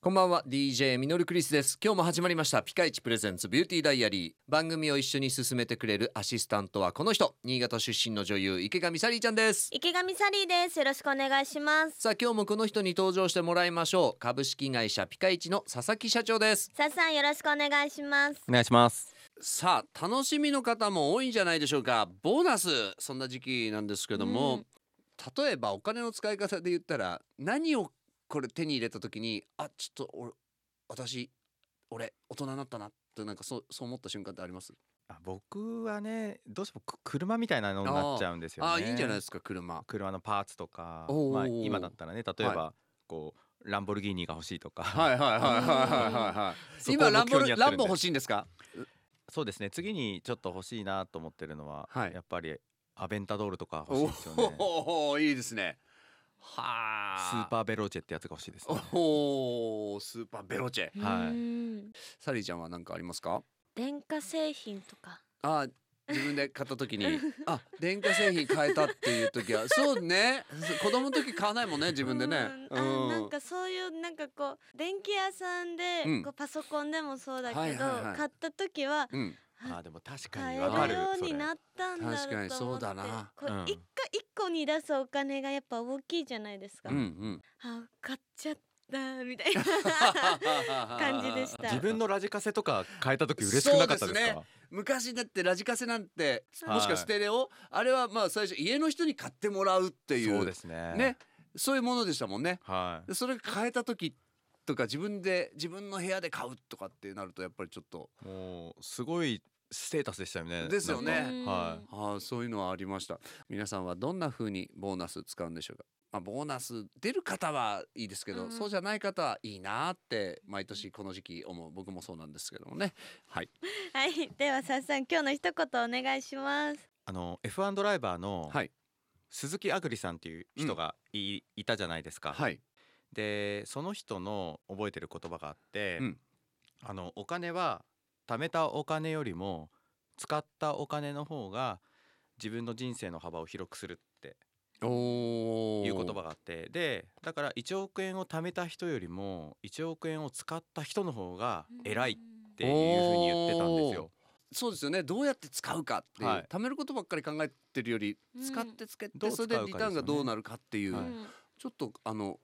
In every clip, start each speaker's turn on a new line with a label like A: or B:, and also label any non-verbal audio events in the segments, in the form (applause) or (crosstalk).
A: こんばんは DJ ミノルクリスです今日も始まりましたピカイチプレゼンツビューティーダイアリー番組を一緒に進めてくれるアシスタントはこの人新潟出身の女優池上サリーちゃんです
B: 池上サリーですよろしくお願いします
A: さあ今日もこの人に登場してもらいましょう株式会社ピカイチの佐々木社長です
B: さっさんよろしくお願いします
C: お願いします
A: さあ楽しみの方も多いんじゃないでしょうかボーナスそんな時期なんですけども、
B: うん
A: 例えばお金の使い方で言ったら何をこれ手に入れた時にあちょっと俺私俺大人になったなってなんかそうそう思った瞬間ってあります
C: あ僕はねどうしてもく車みたいなのになっちゃうんですよね
A: あいいんじゃないですか車
C: 車のパーツとか
A: おー
C: まあ、今だったらね例えば、こうランボルギーニが欲しいとか、 (laughs)
A: はいはいはいはいはいはい今ランボルランボ欲
C: しい
A: しいんですか
C: そうですね次にちょっと欲しいなと思ってるのは、
A: はい
C: やっぱりアベンタドールとか欲しい
A: お
C: ですよね
A: おーいいですねはあ
C: スーパーベローチェってやつが欲しいです、ね、
A: おおスーパーベロチェ
C: はい
B: い
A: サリーちゃんは何かありますか
B: 電化製品とか
A: あ自分で買った時にあ電化製品買えたっていう時はそうね子供の時買わないもんね自分でね
B: うんあなんかそういうなんかこう電気屋さんで、
A: うん
B: こうパソコンでもそうだけど、
A: はいはいはい
B: 買った時は
A: うん
C: あーでも確か
B: 買え
C: に
B: る
C: わかる
B: よう
C: それ
B: になったんだろうと思って
A: 確かにそうだな
B: こう
C: うん
B: 一個一個に出すお金がやっぱ大きいじゃないですか、
A: うんうん
B: あ買っちゃったみた
A: (laughs)
B: いな
A: 感
B: (laughs) 感じでした
C: 自分のラジカセとか変えた時嬉しくなかったですか
A: そうですね昔だってラジカセなんてもしかステレオ、あれはまあ最初家の人に買ってもらうっていう
C: そうですね
A: ねそういうものでしたもんね
C: はい
A: それ変えた時とか自分で自分の部屋で買うとかってなるとやっぱりちょっと
C: もうすごいステータスでしたよね。
A: ですよね
C: なんかは
A: ああそういうのはありました皆さんはどんな風にボーナス使うんでしょうかまあ、ボーナス出る方はいいですけど、
B: うん
A: そうじゃない方はいいなって毎年この時期思う僕もそうなんですけどもねはい
B: (laughs) はいではさっさん今日の一言お願いします
C: い。あの F1 ドライバーの
A: はい
C: 鈴木あぐりさんっていう人がい,、いたじゃないですか。
A: はい
C: でその人の覚えてる言葉があって、
A: うん
C: あのお金は貯めたお金よりも使ったお金の方が自分の人生の幅を広くするって
A: お
C: いう言葉があってでだから1億円を貯めた人よりも1億円を使った人の方が偉いっ
B: うん
C: ていうふうに言ってたんですよ。
A: そうですよねどうやって使うかっていう、
C: はい
A: 貯めることばっかり考えてるより
B: うん
A: 使ってつけて、
C: どう
A: そ
C: 使
A: れ
C: うか
A: でリターンがどうなるかっていう、
C: ですよね
B: うん
A: ちょっとあの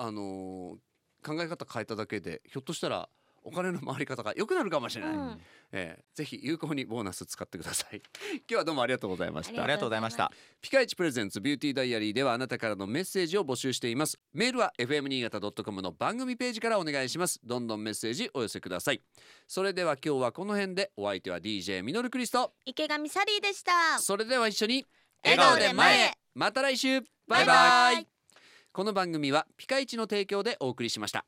A: あのー考え方変えただけでひょっとしたらお金の回り方が良くなるかもしれない、
B: うん
A: えー、ぜひ有効にボーナス使ってください (laughs) 今日はどうもありがとうございまし
B: あ
A: た
B: りがとうございました
A: ピカイチプレゼンツビューティーダイアリーではあなたからのメッセージを募集していますメールは fm 新潟 .com の番組ページからお願いしますどんどんメッセージお寄せくださいそれでは今日はこの辺でお相手は DJ ミノルクリスト
B: 池上サリーでした
A: それでは一緒に
B: 笑顔で前へ
A: また来週バイバイこの番組はピカイチの提供でお送りしました